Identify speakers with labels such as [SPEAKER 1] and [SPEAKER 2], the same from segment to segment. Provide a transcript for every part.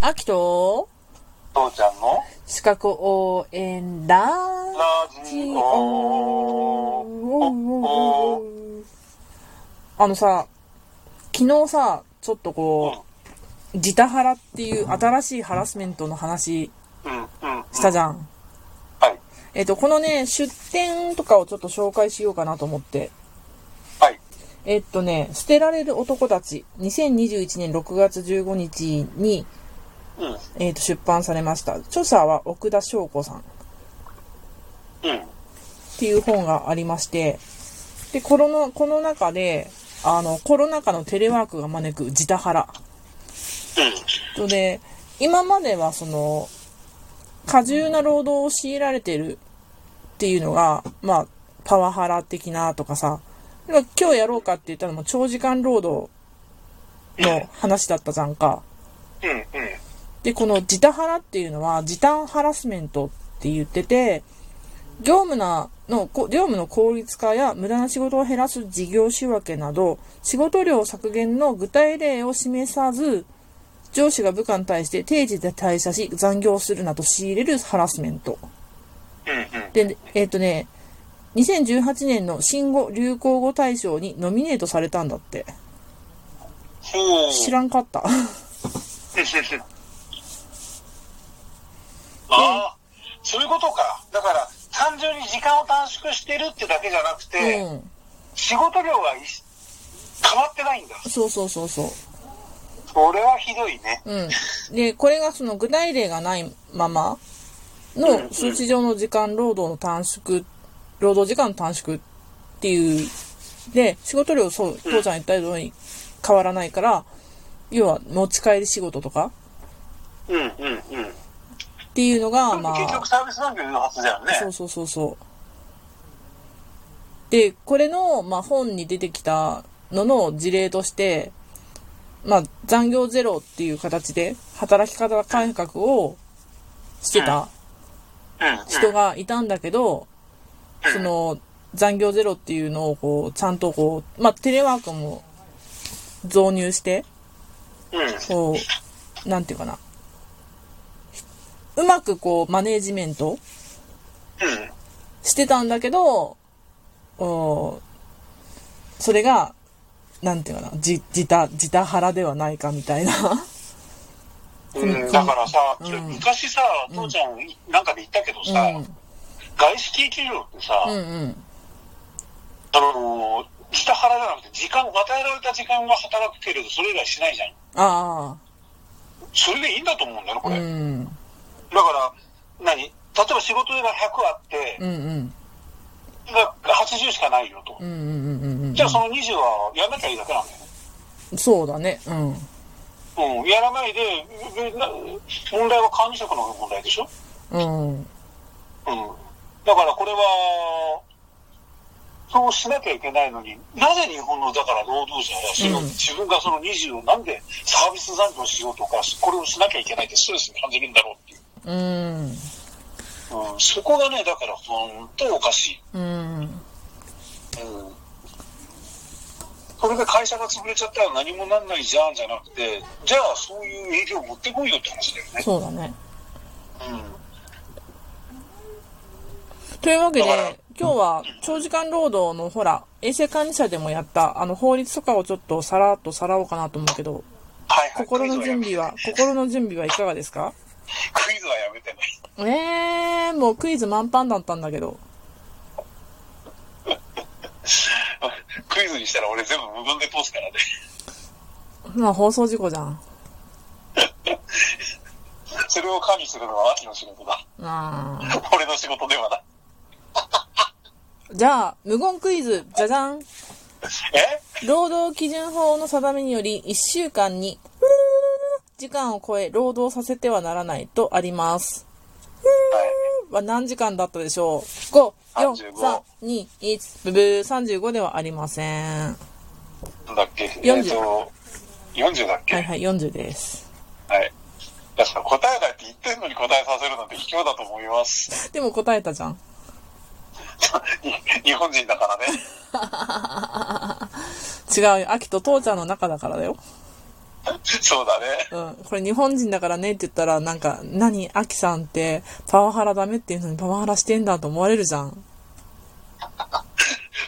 [SPEAKER 1] アキト
[SPEAKER 2] 父ちゃんの
[SPEAKER 1] 資格応援ラ
[SPEAKER 2] ラ
[SPEAKER 1] ジ
[SPEAKER 2] ジ
[SPEAKER 1] オ
[SPEAKER 2] オお
[SPEAKER 1] あのさ昨日さちょっとこう自他ハラっていう新しいハラスメントの話
[SPEAKER 2] うんうんうん
[SPEAKER 1] したじゃん
[SPEAKER 2] はい
[SPEAKER 1] えっとこのね出店とかをちょっと紹介しようかなと思って
[SPEAKER 2] はい
[SPEAKER 1] えっとね「捨てられる男たち」2021年6月15日に
[SPEAKER 2] うんうん
[SPEAKER 1] えー、と出版されました著者は奥田翔子さんっ
[SPEAKER 2] うん
[SPEAKER 1] ていう本がありましてでこのこの中であのコロナ禍のテレワークが招く自他腹とで今まではその過重な労働を強いられてるっていうのが、まあ、パワハラ的なとかさ今日やろうかって言ったのも長時間労働の話だったじゃんか。
[SPEAKER 2] うんうん
[SPEAKER 1] で、この自他ハラっていうのは、時短ハラスメントって言ってて、業務なの、こ業務の効率化や無駄な仕事を減らす事業仕分けなど、仕事量削減の具体例を示さず、上司が部下に対して定時で退社し、残業するなと仕入れるハラスメント。
[SPEAKER 2] うんうん
[SPEAKER 1] で、えっ、とね、2018年の新語・流行語大賞にノミネートされたんだって。
[SPEAKER 2] ほう
[SPEAKER 1] 知らんかった。
[SPEAKER 2] ああそういうことかだから単純に時間を短縮してるってだけじゃなくて、
[SPEAKER 1] うん。
[SPEAKER 2] 仕事量がいし変わってないんだ
[SPEAKER 1] そうそうそうそう。
[SPEAKER 2] それはひどいね
[SPEAKER 1] うん、でこれがその具体例がないままの数値上の時間労働の短縮労働時間の短縮っていうで仕事量そう父ちゃん言ったように変わらないから要は持ち帰り仕事とか
[SPEAKER 2] うんうんうん
[SPEAKER 1] っていうのがま
[SPEAKER 2] 結
[SPEAKER 1] あ
[SPEAKER 2] 局サービス残業のはずだよね
[SPEAKER 1] そうそうそうそうでこれの、まあ、本に出てきたのの事例として、まあ、残業ゼロっていう形で働き方改革をしてた
[SPEAKER 2] うんうん
[SPEAKER 1] 人がいたんだけど、その残業ゼロっていうのをこうちゃんとこう、まあ、テレワークも増入して
[SPEAKER 2] うん
[SPEAKER 1] こうなんていうかなうまくこうマネージメント
[SPEAKER 2] うん
[SPEAKER 1] してたんだけどおそれがなんていうかなじ自他自他腹ではないかみたいな
[SPEAKER 2] うん、だからさ、昔さ、父ちゃんなんかで言ったけどさ、
[SPEAKER 1] うん
[SPEAKER 2] 外資系企業ってさ、
[SPEAKER 1] うんうん
[SPEAKER 2] あのー、自他払じゃなくて、時間、与えられた時間は働くけれど、それ以外しないじゃん。
[SPEAKER 1] あ
[SPEAKER 2] それでいいんだと思うんだよね、こ
[SPEAKER 1] あう
[SPEAKER 2] れ。だ
[SPEAKER 1] ん
[SPEAKER 2] から、何例えば仕事が100あって、
[SPEAKER 1] うんうん
[SPEAKER 2] が80しかないよと。
[SPEAKER 1] うんうんうんうん
[SPEAKER 2] じゃあその20はやんなきゃいいだけなんだよね。
[SPEAKER 1] うんそうだねうん
[SPEAKER 2] うん、やらないで、ううな問題は管理職の問題でしょ
[SPEAKER 1] うん
[SPEAKER 2] うん。だからこれは、そうしなきゃいけないのに、なぜ日本の、だから労働者はそれを、
[SPEAKER 1] うん
[SPEAKER 2] 自分がその20をなんでサービス残業しようとか、これをしなきゃいけないってストレスに感じるんだろうっていう。
[SPEAKER 1] うん
[SPEAKER 2] うん、そこがね、だから本当おかしい。
[SPEAKER 1] うん
[SPEAKER 2] うん。それで会社が潰れちゃったら何もなんないじゃんじゃなくて、じゃあそういう営業を持ってこいよって話だよね。
[SPEAKER 1] そうだね。
[SPEAKER 2] うん。
[SPEAKER 1] というわけ
[SPEAKER 2] だから
[SPEAKER 1] で、今日は長時間労働のほら、衛生管理者でもやった、あの法律とかをちょっとさらっとさらおうかなと思うけど、
[SPEAKER 2] はいはい。
[SPEAKER 1] 心の準備は、心の準備はいかがですか
[SPEAKER 2] クイズはやめてね。
[SPEAKER 1] えー、もうクイズ満帆だったんだけど。
[SPEAKER 2] クイズにしたら俺全部無言で通すからね。
[SPEAKER 1] まあ放送事故じゃん。
[SPEAKER 2] それを管理するのは秋の仕事だ。
[SPEAKER 1] あ
[SPEAKER 2] 俺の仕事ではない。
[SPEAKER 1] ーじゃあ、無言クイズ、じゃじゃん。
[SPEAKER 2] え
[SPEAKER 1] 労働基準法の定めにより、1週間に、時間を超え労働させてはならないとあります。は何時間だったでしょう ?5、4、
[SPEAKER 2] 35
[SPEAKER 1] 3、2、1、ブブー、35ではありません。は
[SPEAKER 2] なんだっけ
[SPEAKER 1] 40
[SPEAKER 2] えっと、40だっけ
[SPEAKER 1] いはい、40です。
[SPEAKER 2] はい。だから答えないって言ってんのに答えさせるなんて卑怯だと思います。
[SPEAKER 1] でも答えたじゃん。
[SPEAKER 2] 日本人だからね。
[SPEAKER 1] 違うよ。秋と父ちゃんの中だからだよ。
[SPEAKER 2] そうだね。
[SPEAKER 1] うん、これ日本人だからねって言ったら、なんか、何、アキさんってパワハラダメっていうのにパワハラしてんだと思われるじゃん。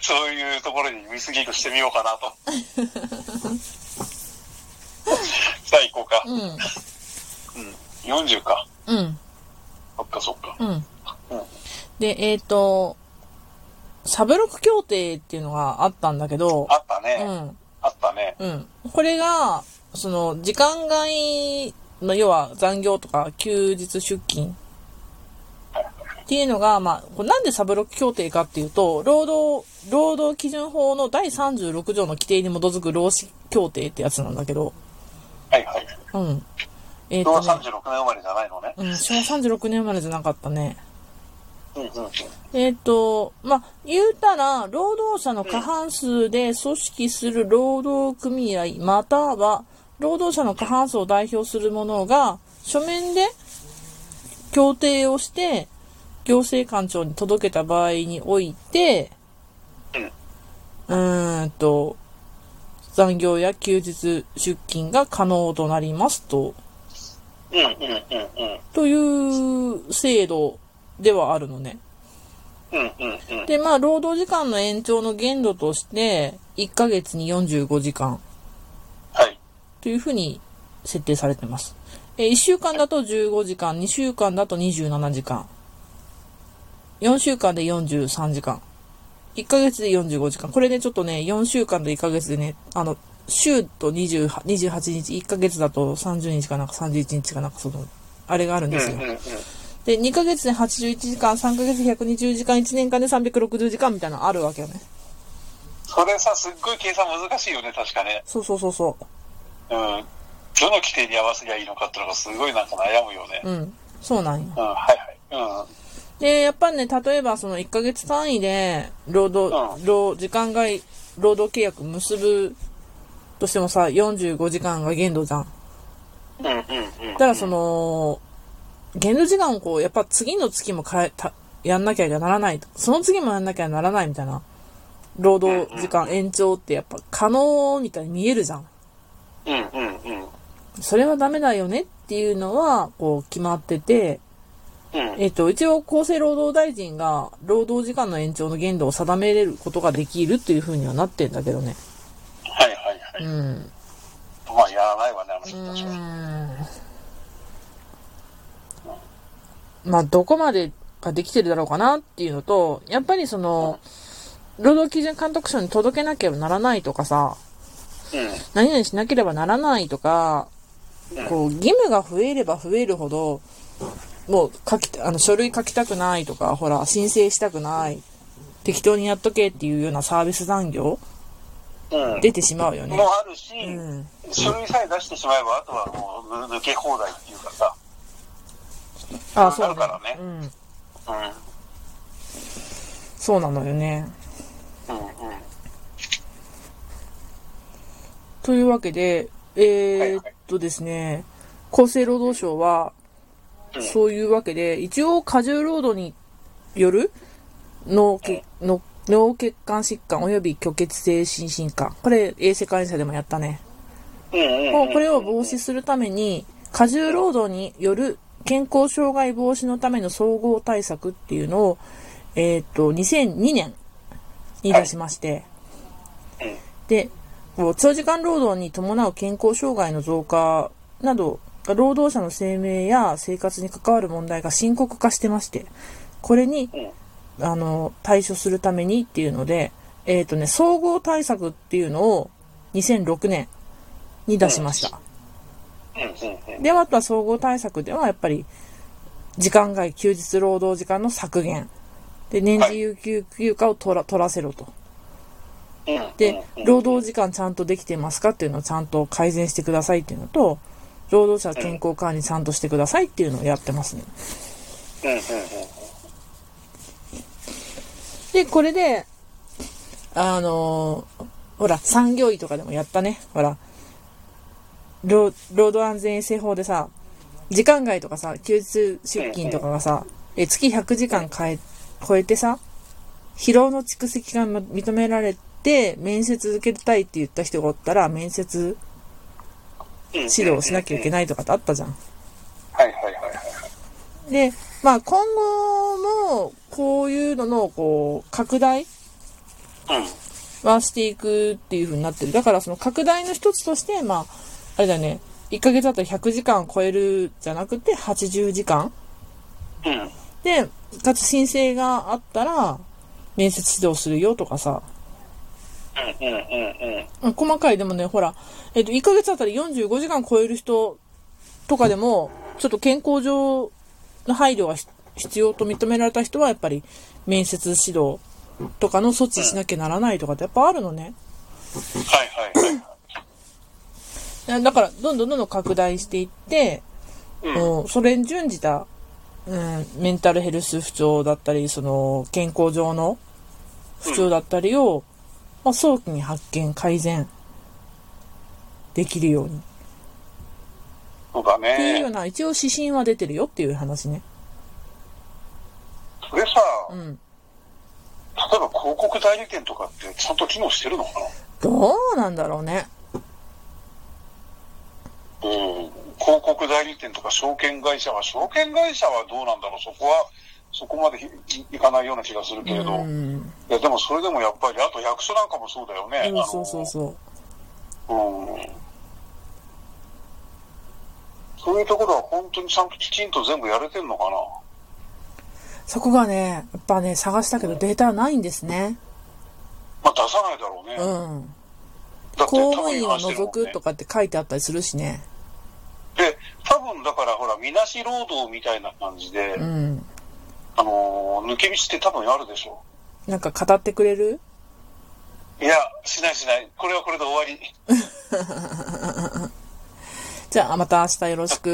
[SPEAKER 2] そういうところにミスギークしてみようかなと。 さあ行こうか。
[SPEAKER 1] う
[SPEAKER 2] うん。40か。
[SPEAKER 1] ん。うん。
[SPEAKER 2] そっかそっか。
[SPEAKER 1] うん。
[SPEAKER 2] うん。
[SPEAKER 1] で、えっ、と、サブロク協定っていうのがあったんだけど、
[SPEAKER 2] あった
[SPEAKER 1] う
[SPEAKER 2] ね。
[SPEAKER 1] ん。
[SPEAKER 2] あったね。
[SPEAKER 1] うん。これが、その、時間外の、要は残業とか休日出勤っていうのが、まあ、これなんでサブロック協定かっていうと、労働、労働基準法の第36条の規定に基づく労使協定ってやつなんだけど、
[SPEAKER 2] はいはい。
[SPEAKER 1] うん。えっ、
[SPEAKER 2] 昭和
[SPEAKER 1] と、
[SPEAKER 2] 36
[SPEAKER 1] ね、
[SPEAKER 2] 年生まれじゃないのね。
[SPEAKER 1] うん、昭和36年生まれじゃなかったね。
[SPEAKER 2] うんうんうん。
[SPEAKER 1] えっ、と、まあ、言うたら、労働者の過半数で組織する労働組合、または、労働者の過半数を代表する者が、書面で協定をして、行政官庁に届けた場合において、うーんと、残業や休日出勤が可能となりますと、
[SPEAKER 2] うんうんうんうん。
[SPEAKER 1] という制度ではあるのね。
[SPEAKER 2] うんうんうん。
[SPEAKER 1] で、まあ、労働時間の延長の限度として、1ヶ月に45時間
[SPEAKER 2] はい。
[SPEAKER 1] というふうに設定されてます。えー1週間だと15時間、2週間だと27時間、4週間で43時間、1ヶ月で45時間。これね、ちょっとね、4週間と1ヶ月でね、あの、週と28 28日、1ヶ月だと30日かなんか31日かなんかその、あれがあるんで
[SPEAKER 2] うん
[SPEAKER 1] すよ。
[SPEAKER 2] うんうん。
[SPEAKER 1] で、2ヶ月で81時間、3ヶ月で120時間、1年間で360時間みたいなのあるわけよね。
[SPEAKER 2] それさ、すっごい計算難しいよね、確かね。
[SPEAKER 1] そうそうそうそ
[SPEAKER 2] うん。どの規定に合わせりゃいいのかってのがすごいなんか悩むよね。
[SPEAKER 1] う。うん。そうなんよ。
[SPEAKER 2] うん、はいはい。
[SPEAKER 1] で、やっぱね、例えばその1ヶ月単位で、労働、
[SPEAKER 2] う
[SPEAKER 1] 労、時間外、労働契約結ぶとしてもさ、45時間が限度じゃん。
[SPEAKER 2] うん。うんうんうん。
[SPEAKER 1] だからその、限度時間をこう、やっぱ次の月も変えた、やんなきゃならないと。その次もやんなきゃならないみたいな。労働時間延長ってやっぱ可能みたいに見えるじゃん。
[SPEAKER 2] うんうんうん。
[SPEAKER 1] それはダメだよねっていうのは、こう、決まってて、
[SPEAKER 2] うん。
[SPEAKER 1] えっと、一応厚生労働大臣が労働時間の延長の限度を定めれることができるっていうふうにはなってんだけどね。
[SPEAKER 2] はいはいは
[SPEAKER 1] う
[SPEAKER 2] い。
[SPEAKER 1] ん。
[SPEAKER 2] まあ、やらないわね、あの人たちは。
[SPEAKER 1] まあ、どこまでができてるだろうかなっていうのと、やっぱりその、労働基準監督署に届けなければならないとかさ、
[SPEAKER 2] うん。
[SPEAKER 1] 何々しなければならないとか、こう、義務が増えれば増えるほど、もう書き、あの、書類書きたくないとか、ほら、申請したくない、適当にやっとけっていうようなサービス残業、
[SPEAKER 2] うん。
[SPEAKER 1] 出てしまうよね
[SPEAKER 2] も。あるし、
[SPEAKER 1] ん
[SPEAKER 2] 書類さえ出してしまえば、あとはもう抜け放題っていうかさ。
[SPEAKER 1] あ、
[SPEAKER 2] そ
[SPEAKER 1] そ
[SPEAKER 2] うな
[SPEAKER 1] う
[SPEAKER 2] るからね
[SPEAKER 1] うん。
[SPEAKER 2] う
[SPEAKER 1] そうなのよね。
[SPEAKER 2] ん。うんうん。
[SPEAKER 1] というわけで、えーっとですね、厚生労働省は、
[SPEAKER 2] うん
[SPEAKER 1] そういうわけで、一応過重労働による脳血の脳血管疾患及び虚血性心身科。これ、衛生管理者でもやったね。
[SPEAKER 2] うんうん
[SPEAKER 1] こ
[SPEAKER 2] うん。
[SPEAKER 1] これを防止するために、過重労働による健康障害防止のための総合対策っていうのを、えーっと、2002年に出しまして、
[SPEAKER 2] うん
[SPEAKER 1] で、こう長時間労働に伴う健康障害の増加など、労働者の生命や生活に関わる問題が深刻化してまして、これに、あの、対処するためにっていうので、えっ、とね、総合対策っていうのを2006年に出しました。
[SPEAKER 2] うんうん
[SPEAKER 1] で、あとは総合対策ではやっぱり、時間外休日労働時間の削減。で、年次有給休暇を取ら取らせろと。
[SPEAKER 2] うん。うん。
[SPEAKER 1] で、労働時間ちゃんとできてますかっていうのをちゃんと改善してくださいっていうのと、労働者健康管理ちゃんとしてくださいっていうのをやってますね。
[SPEAKER 2] うんうんうん。
[SPEAKER 1] で、これで、あのーほら、産業医とかでもやったね。ほら、労労働安全衛生法でさ、時間外とかさ、休日出勤とかがさ、え月100時間変え超えてさ、疲労の蓄積が認められて、面接受けたいって言った人がおったら、面接
[SPEAKER 2] 指
[SPEAKER 1] 指導しなきゃいけないとかってあったじゃん。
[SPEAKER 2] はいはいはいはい。
[SPEAKER 1] で、まあ今後もこういうののこう拡大
[SPEAKER 2] うん。
[SPEAKER 1] はしていくっていう風になってる。だからその拡大の一つとして、まあ、あれだよね、1ヶ月あたり100時間超えるじゃなくて80時間
[SPEAKER 2] うん。
[SPEAKER 1] で、かつ申請があったら面接指導するよとかさ、
[SPEAKER 2] うんうんうんうん。
[SPEAKER 1] うん細かいでもね、ほら、えっと、1ヶ月あたり45時間超える人とかでも、ちょっと健康上の配慮がひ必要と認められた人は、やっぱり面接指導とかの措置しなきゃならないとかってやっぱあるのね。
[SPEAKER 2] はいはいはい。
[SPEAKER 1] だだから、どんどんどんどん拡大していって、
[SPEAKER 2] うん。
[SPEAKER 1] うん、それに準じた、うん、メンタルヘルス不調だったり、その、健康上の不調だったりを、まあ、早期に発見、改善できるように。
[SPEAKER 2] そうだ
[SPEAKER 1] っていうよう
[SPEAKER 2] ね。
[SPEAKER 1] な、一応指針は出てるよっていう話ね。
[SPEAKER 2] それさ、
[SPEAKER 1] うん。
[SPEAKER 2] 例えば広告代理店とかってちゃんと機能してるのか
[SPEAKER 1] どうなんだろうね。
[SPEAKER 2] なうん。広告代理店とか証券会社は、証券会社はどうなんだろうそこは、そこまでいいいかないような気がするけれど。
[SPEAKER 1] うん。
[SPEAKER 2] いや、でもそれでもやっぱり、あと役所なんかもそうだよね。
[SPEAKER 1] そうそうそうそう。
[SPEAKER 2] あのうん。そういうところは本当にちゃんときちんと全部やれてんのかな
[SPEAKER 1] そこがね、やっぱね、探したけどデータはないんですね。
[SPEAKER 2] まあ出さないだろうね。
[SPEAKER 1] う
[SPEAKER 2] だって
[SPEAKER 1] ん。
[SPEAKER 2] 多
[SPEAKER 1] 公
[SPEAKER 2] 分
[SPEAKER 1] 務員を除くと
[SPEAKER 2] か。
[SPEAKER 1] かって書いてあったりするしね。
[SPEAKER 2] で、多分だからほら、みなし労働みたいな感じで、
[SPEAKER 1] うん。
[SPEAKER 2] あのー抜け道って多分あるでしょ
[SPEAKER 1] なんか語ってくれる
[SPEAKER 2] いや、しないしない。これはこれで終わり。
[SPEAKER 1] じゃあ、また明日よろしく。